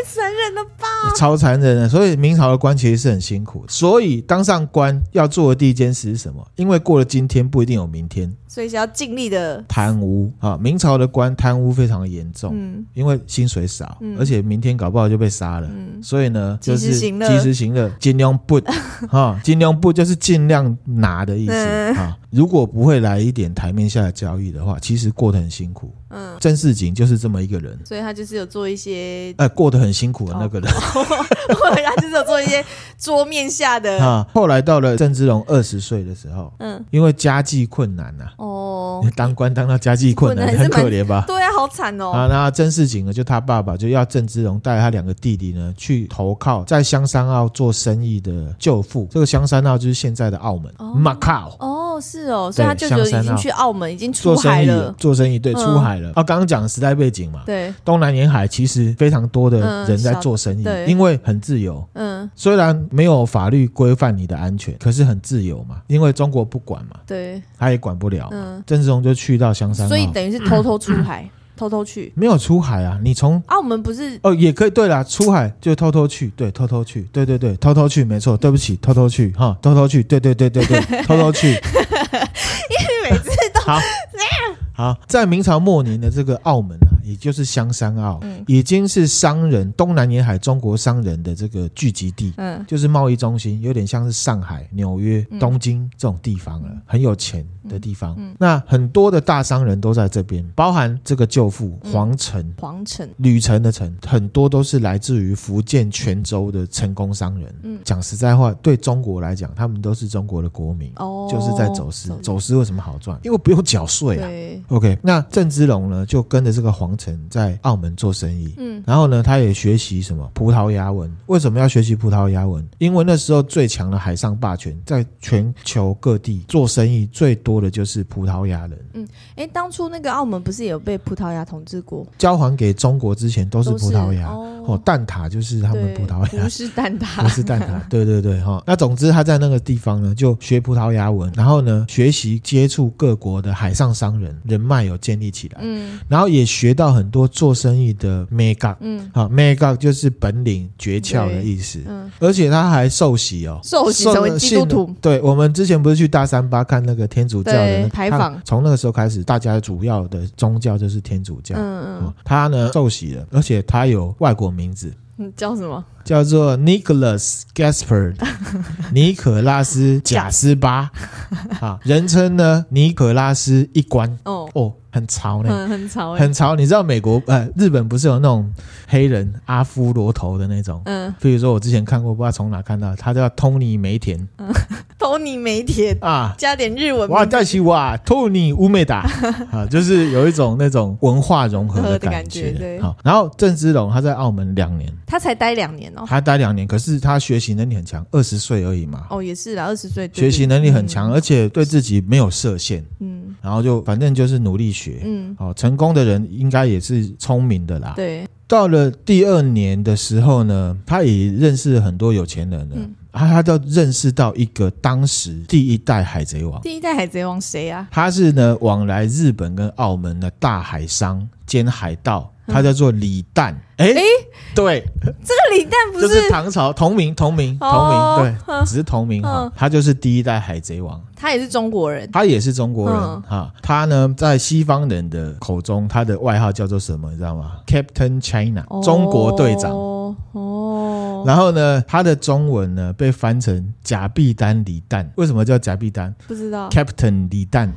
Speaker 2: 残忍了吧？
Speaker 1: 超残忍的。所以明朝的官其实是很辛苦的。所以当上官要做的第一件事是什么？因为过了今天不一定有明天。
Speaker 2: 所以是要尽力的，
Speaker 1: 贪污啊，明朝的官贪污非常的严重。
Speaker 2: 嗯
Speaker 1: 因为薪水少，
Speaker 2: 嗯
Speaker 1: 而且明天搞不好就被杀了，
Speaker 2: 嗯
Speaker 1: 所以呢，就
Speaker 2: 及
Speaker 1: 是
Speaker 2: 时行乐
Speaker 1: 及时行乐，尽量 不啊，尽量不就是尽量拿的意思、
Speaker 2: 嗯
Speaker 1: 啊。如果不会来一点台面下的交易的话，其实过得很辛苦。
Speaker 2: 嗯，
Speaker 1: 郑世景就是这么一个人，
Speaker 2: 所以他就是有做一些，
Speaker 1: 呃，过得很辛苦的那个人、
Speaker 2: 或者他就是有做一些桌面下 的，
Speaker 1: 啊。后来到了郑芝龙二十岁的时候，
Speaker 2: 嗯，
Speaker 1: 因为家计困难呐、
Speaker 2: 哦，
Speaker 1: 当官当到家计困难，
Speaker 2: 困难
Speaker 1: 很
Speaker 2: 是蛮
Speaker 1: 可怜吧？
Speaker 2: 对啊，好惨
Speaker 1: 啊，
Speaker 2: 哦，
Speaker 1: 那郑世景呢，就他爸爸就要郑芝龙带他两个弟弟呢去投靠在香山澳做生意的舅父。这个香山澳就是现在的澳门
Speaker 2: 哦
Speaker 1: Macau。
Speaker 2: 哦，是哦，所以他舅舅
Speaker 1: 香山
Speaker 2: 已经
Speaker 1: 啊
Speaker 2: 去澳门，已经出
Speaker 1: 做生
Speaker 2: 海
Speaker 1: 意
Speaker 2: 了，
Speaker 1: 做生意对，
Speaker 2: 嗯
Speaker 1: 出海了。啊，刚刚讲的时代背景嘛，
Speaker 2: 对，
Speaker 1: 东南沿海其实非常多的
Speaker 2: 嗯
Speaker 1: 人在
Speaker 2: 小
Speaker 1: 做生意，
Speaker 2: 对
Speaker 1: 因为很自由。
Speaker 2: 嗯，
Speaker 1: 虽然没有法律规范你的安全，可是很自由嘛，因为中国不管嘛，
Speaker 2: 对，
Speaker 1: 他也管不了嘛。
Speaker 2: 嗯，
Speaker 1: 郑芝龙就去到香山啊
Speaker 2: 所以
Speaker 1: 澳，
Speaker 2: 等于是偷偷出海， 偷偷去。
Speaker 1: 没有出海啊，你从
Speaker 2: 澳门不是
Speaker 1: 哦，也可以。对啦，出海就偷偷去，对，偷偷去，对对对，偷偷去，没错。对不起，偷偷去，哈，偷偷去，对对对对对， 偷偷去。
Speaker 2: 每次
Speaker 1: 好，好，在明朝末年的这个澳门啊，也就是香山澳，
Speaker 2: 嗯
Speaker 1: 已经是商人东南沿海中国商人的这个聚集地。
Speaker 2: 嗯
Speaker 1: 就是贸易中心，有点像是上海、纽约、东京这种地方了，
Speaker 2: 嗯
Speaker 1: 很有钱的地方。那很多的大商人都在这边，包含这个舅父
Speaker 2: 嗯
Speaker 1: 黄成，
Speaker 2: 皇城，
Speaker 1: 旅程的程，很多都是来自于福建泉州的成功商人。
Speaker 2: 嗯
Speaker 1: 讲实在话，对中国来讲，他们都是中国的国民，
Speaker 2: 哦，
Speaker 1: 就是在走私。走私为什么好赚？因为不用缴税啊。
Speaker 2: 对，
Speaker 1: OK，那郑芝龙呢，就跟着这个皇城在澳门做生意。
Speaker 2: 嗯
Speaker 1: 然后呢，他也学习什么葡萄牙文？为什么要学习葡萄牙文？因为那时候最强的海上霸权，在全球各地做生意最多的就是葡萄牙人。
Speaker 2: 哎，当初那个澳门不是也有被葡萄牙统治过？
Speaker 1: 交还给中国之前都是葡萄牙，
Speaker 2: 都是
Speaker 1: 哦，
Speaker 2: 哦
Speaker 1: 蛋挞就是他们
Speaker 2: 对
Speaker 1: 葡萄牙
Speaker 2: 不。是蛋 挞，
Speaker 1: 不是蛋挞，对对对哈、那总之他在那个地方呢，就学葡萄牙文，然后呢，学习接触各国的海上商人，人脉有建立起来，
Speaker 2: 嗯
Speaker 1: 然后也学到很多做生意的 mega，
Speaker 2: 嗯
Speaker 1: 好 mega 就是本领、诀窍的意思。
Speaker 2: 嗯，
Speaker 1: 而且他还受洗哦，
Speaker 2: 受洗成为基督徒
Speaker 1: 受了信了对，我们之前不是去大三巴看那个天主教的那
Speaker 2: 对牌坊
Speaker 1: 他从那个时候开始，大家主要的宗教就是天主教。
Speaker 2: 嗯
Speaker 1: 哦他呢受洗了，而且他有外国名字，
Speaker 2: 嗯，叫什么？
Speaker 1: 叫做 Nicholas Gaspard，尼可拉斯贾斯巴，啊，人称呢尼可拉斯一关，
Speaker 2: 哦，
Speaker 1: 哦，很潮呢。
Speaker 2: 很很潮哎，
Speaker 1: 很潮，你知道美国呃日本不是有那种黑人阿夫罗头的那种？
Speaker 2: 嗯，
Speaker 1: 比如说我之前看过，不知道从哪看到，他叫 Tony 梅田，
Speaker 2: 偷欧尼梅铁，
Speaker 1: 啊。
Speaker 2: 加点日文
Speaker 1: 哇，
Speaker 2: 名字
Speaker 1: 大西哇，托尼乌 梅达啊，就是有一种那种文化融合
Speaker 2: 合的
Speaker 1: 的
Speaker 2: 感
Speaker 1: 感
Speaker 2: 觉对
Speaker 1: 好，然后郑芝龙他在澳门两年，
Speaker 2: 他才待两年哦。
Speaker 1: 他待两年，可是他学习能力很强，二十岁而已嘛，
Speaker 2: 哦，也是啦，二十岁对
Speaker 1: 学习能力很，强，啊
Speaker 2: 对
Speaker 1: 而且对自己没有设限，
Speaker 2: 嗯
Speaker 1: 然后就反正就是努力学。
Speaker 2: 嗯，嗯
Speaker 1: 哦，成功的人应该也是聪明的啦。
Speaker 2: 对，
Speaker 1: 到了第二年的时候呢，他也认识了很多有钱人了，啊
Speaker 2: 嗯
Speaker 1: 他他就认识到一个当时第一代海贼王，
Speaker 2: 第一代海贼王谁啊？
Speaker 1: 他是呢往来日本跟澳门的大海商兼海盗，
Speaker 2: 嗯
Speaker 1: 他叫做李旦。哎、
Speaker 2: 诶
Speaker 1: 对，
Speaker 2: 这个李诞不
Speaker 1: 就是唐朝同名同名同名，
Speaker 2: 哦
Speaker 1: 对，只是同名哈、
Speaker 2: 嗯
Speaker 1: 他就是第一代海贼王。
Speaker 2: 他也是中国人，
Speaker 1: 他也是中国人
Speaker 2: 嗯
Speaker 1: 哈、他呢在西方人的口中，他的外号叫做什么？你知道吗？Captain China，、
Speaker 2: 哦
Speaker 1: 中国队长。
Speaker 2: 哦，
Speaker 1: 然后呢，他的中文呢被翻成假币丹李诞。为什么叫假币丹、
Speaker 2: 不知道
Speaker 1: c a p t a i n 李 诞？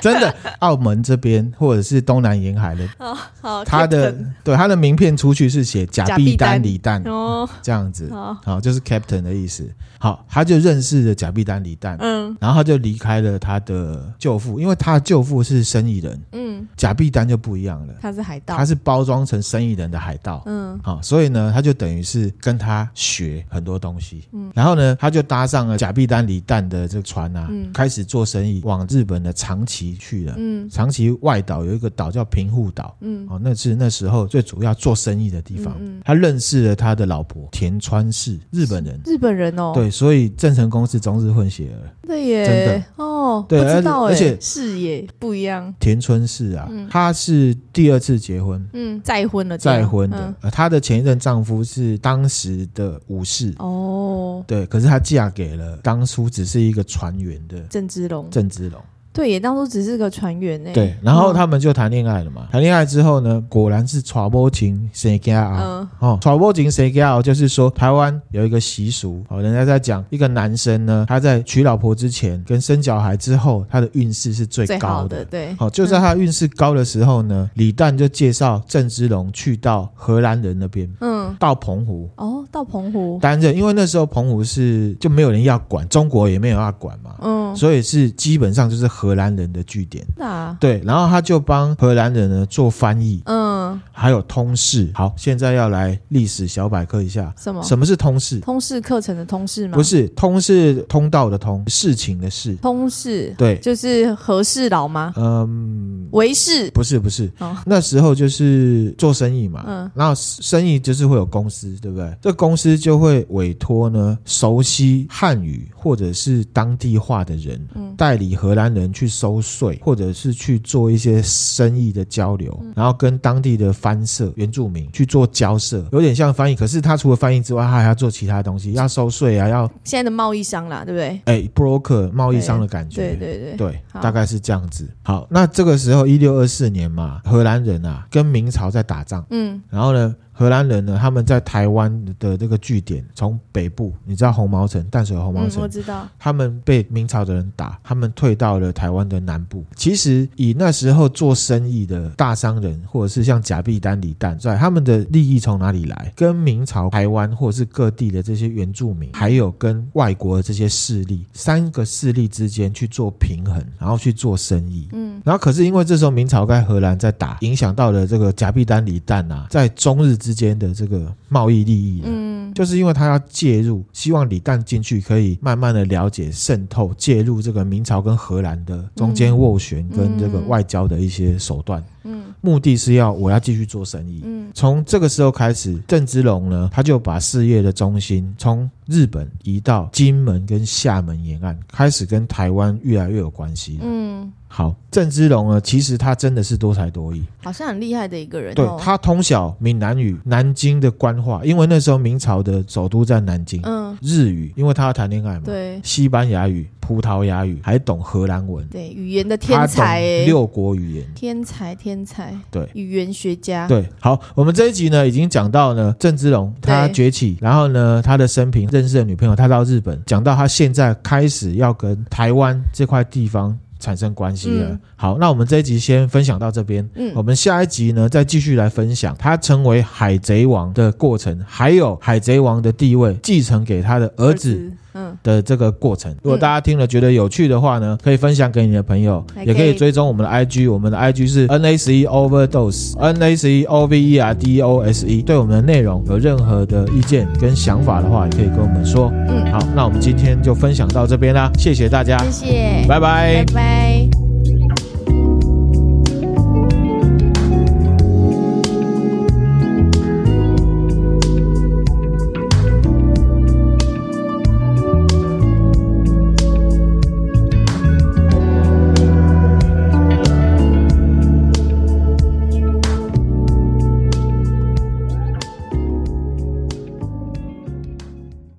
Speaker 1: 真的，澳门这边或者是东南沿海的，
Speaker 2: 哦，好，
Speaker 1: 他的
Speaker 2: Captain
Speaker 1: 对他的名片出去是写假币丹李诞
Speaker 2: 哦，
Speaker 1: 这样子，
Speaker 2: 好，
Speaker 1: 好，就是 Captain 的意思。好，他就认识了假币丹李诞，
Speaker 2: 嗯
Speaker 1: 然后他就离开了他的舅父，因为他的舅父是生意人，
Speaker 2: 嗯，
Speaker 1: 假币丹就不一样了，
Speaker 2: 他是海盗
Speaker 1: 他，是包装成生意人的海盗。
Speaker 2: 嗯
Speaker 1: 好、所以呢，他就等于是跟他学很多东西，嗯，然后呢，他就搭上了假币丹离蛋的这个船啊，
Speaker 2: 嗯
Speaker 1: 开始做生意，往日本的长崎去了。
Speaker 2: 嗯
Speaker 1: 长崎外岛有一个岛叫平户岛，
Speaker 2: 嗯
Speaker 1: 哦，那是那时候最主要做生意的地方。
Speaker 2: 嗯嗯
Speaker 1: 他认识了他的老婆田川氏，日本人。
Speaker 2: 日本人哦，
Speaker 1: 对，所以郑成功是中日混血儿。
Speaker 2: 对耶，
Speaker 1: 真的
Speaker 2: 哦，
Speaker 1: 对
Speaker 2: 不知道
Speaker 1: 而
Speaker 2: 哎，
Speaker 1: 且
Speaker 2: 视野不一样，
Speaker 1: 田村氏啊，
Speaker 2: 嗯
Speaker 1: 她是第二次结婚，
Speaker 2: 嗯，再婚了，这样
Speaker 1: 再婚的。
Speaker 2: 嗯
Speaker 1: 呃她的前一任丈夫是当时的武士，
Speaker 2: 哦，
Speaker 1: 对，可是她嫁给了当初只是一个船员的
Speaker 2: 郑芝龙，
Speaker 1: 郑芝龙，
Speaker 2: 对耶，当初只是个船员哎，
Speaker 1: 对，然后他们就谈恋爱了嘛。谈恋爱之后呢，果然是传播情谁家啊。
Speaker 2: 嗯，
Speaker 1: 哦，传播情谁家啊？就是说，台湾有一个习俗，哦，人家在讲一个男生呢，他在娶老婆之前跟生小孩之后，他的运势是最
Speaker 2: 最
Speaker 1: 高
Speaker 2: 好
Speaker 1: 的
Speaker 2: 的，。对，
Speaker 1: 好、就在他运势高的时候呢，李旦就介绍郑芝龙去到荷兰人那边，
Speaker 2: 嗯，
Speaker 1: 到澎湖
Speaker 2: 哦，到澎湖，
Speaker 1: 担任，因为那时候澎湖是就没有人要管，中国也没有要管嘛，
Speaker 2: 嗯，
Speaker 1: 所以是基本上就是荷兰人的据点。
Speaker 2: 那，
Speaker 1: 对，然后他就帮荷兰人呢做翻译，
Speaker 2: 嗯，
Speaker 1: 还有通事。好，现在要来历史小百科一下，
Speaker 2: 什么
Speaker 1: 什么是通事？
Speaker 2: 通识课程的通识吗？
Speaker 1: 不，是通是通道的通，事情的事。
Speaker 2: 通识
Speaker 1: 对，
Speaker 2: 就是和事佬吗？
Speaker 1: 嗯，
Speaker 2: 维氏
Speaker 1: 不是不是，
Speaker 2: 哦
Speaker 1: 那时候就是做生意嘛，
Speaker 2: 嗯
Speaker 1: 然后生意就是会有公司，对不对？这公司就会委托呢熟悉汉语或者是当地话的人，
Speaker 2: 嗯
Speaker 1: 代理荷兰人去收税，或者是去做一些生意的交流，
Speaker 2: 嗯
Speaker 1: 然后跟当地的番社原住民去做交涉，有点像翻译。可是他除了翻译之外，他还要做其他东西，要收税啊，要
Speaker 2: 现在的贸易商啦，对不对？
Speaker 1: 哎 broker 贸易商的感觉，
Speaker 2: 对对对，
Speaker 1: 对，
Speaker 2: 哎好
Speaker 1: 大概是这样子。好，那这个时候一六二四年嘛，荷兰人啊跟明朝在打仗，
Speaker 2: 嗯，
Speaker 1: 然后呢，荷兰人呢他们在台湾的这个据点，从北部，你知道红毛城、淡水的红毛
Speaker 2: 嗯，
Speaker 1: 城。
Speaker 2: 我知道，
Speaker 1: 他们被明朝的人打，他们退到了台湾的南部。其实以那时候做生意的大商人，或者是像贾碧丹、李旦在，他们的利益从哪里来？跟明朝、台湾或者是各地的这些原住民，还有跟外国的这些势力，三个势力之间去做平衡，然后去做生意。
Speaker 2: 嗯，
Speaker 1: 然后可是因为这时候明朝跟荷兰在打，影响到了这个甲必丹离旦啊，在中日之间的这个贸易利益。啊
Speaker 2: 嗯，
Speaker 1: 就是因为他要介入，希望李旦进去可以慢慢的了解、渗透、介入这个明朝跟荷兰的中间斡旋跟这个外交的一些手段。
Speaker 2: 嗯，
Speaker 1: 目的是要我要继续做生意。
Speaker 2: 嗯，
Speaker 1: 从这个时候开始，郑芝龙呢，他就把事业的中心从日本移到金门跟厦门沿岸，开始跟台湾越来越有关系了。
Speaker 2: 嗯，
Speaker 1: 好，郑芝龙呢，其实他真的是多才多艺，
Speaker 2: 好像很厉害的一个人
Speaker 1: 对
Speaker 2: 哦。
Speaker 1: 他通晓闽南语、南京的官话，因为那时候明朝的首都在南京，
Speaker 2: 嗯，
Speaker 1: 日语，因为他要谈恋爱嘛，
Speaker 2: 对
Speaker 1: 西班牙语、葡萄牙语，还懂荷兰文，
Speaker 2: 对，语言的天才
Speaker 1: 他懂
Speaker 2: 哎，
Speaker 1: 六国语言，
Speaker 2: 天才天才，
Speaker 1: 对。
Speaker 2: 语言学家，
Speaker 1: 对，好，我们这一集呢已经讲到呢郑芝龙他
Speaker 2: 对
Speaker 1: 崛起，然后呢他的生平、认识的女朋友，他到日本，讲到他现在开始要跟台湾这块地方产生关系了。
Speaker 2: 嗯
Speaker 1: 好，那我们这一集先分享到这边，我
Speaker 2: 嗯，
Speaker 1: 们下一集呢再继续来分享他成为海贼王的过程，还有海贼王的地位继承给他的儿子。
Speaker 2: 嗯，
Speaker 1: 的这个过程。如果大家听了觉得有趣的话呢，可以分享给你的朋友，
Speaker 2: 还
Speaker 1: 也可
Speaker 2: 可
Speaker 1: 以
Speaker 2: 以
Speaker 1: 追踪我们的 IG，我们的 IG 是 NACE Overdose，N E A C E O V E R D O S E。对我们的内容有任何的意见跟想法的话，也可以跟我们说。
Speaker 2: 嗯，
Speaker 1: 好，那我们今天就分享到这边啦，谢谢大家，
Speaker 2: 谢谢，
Speaker 1: 拜拜
Speaker 2: 拜拜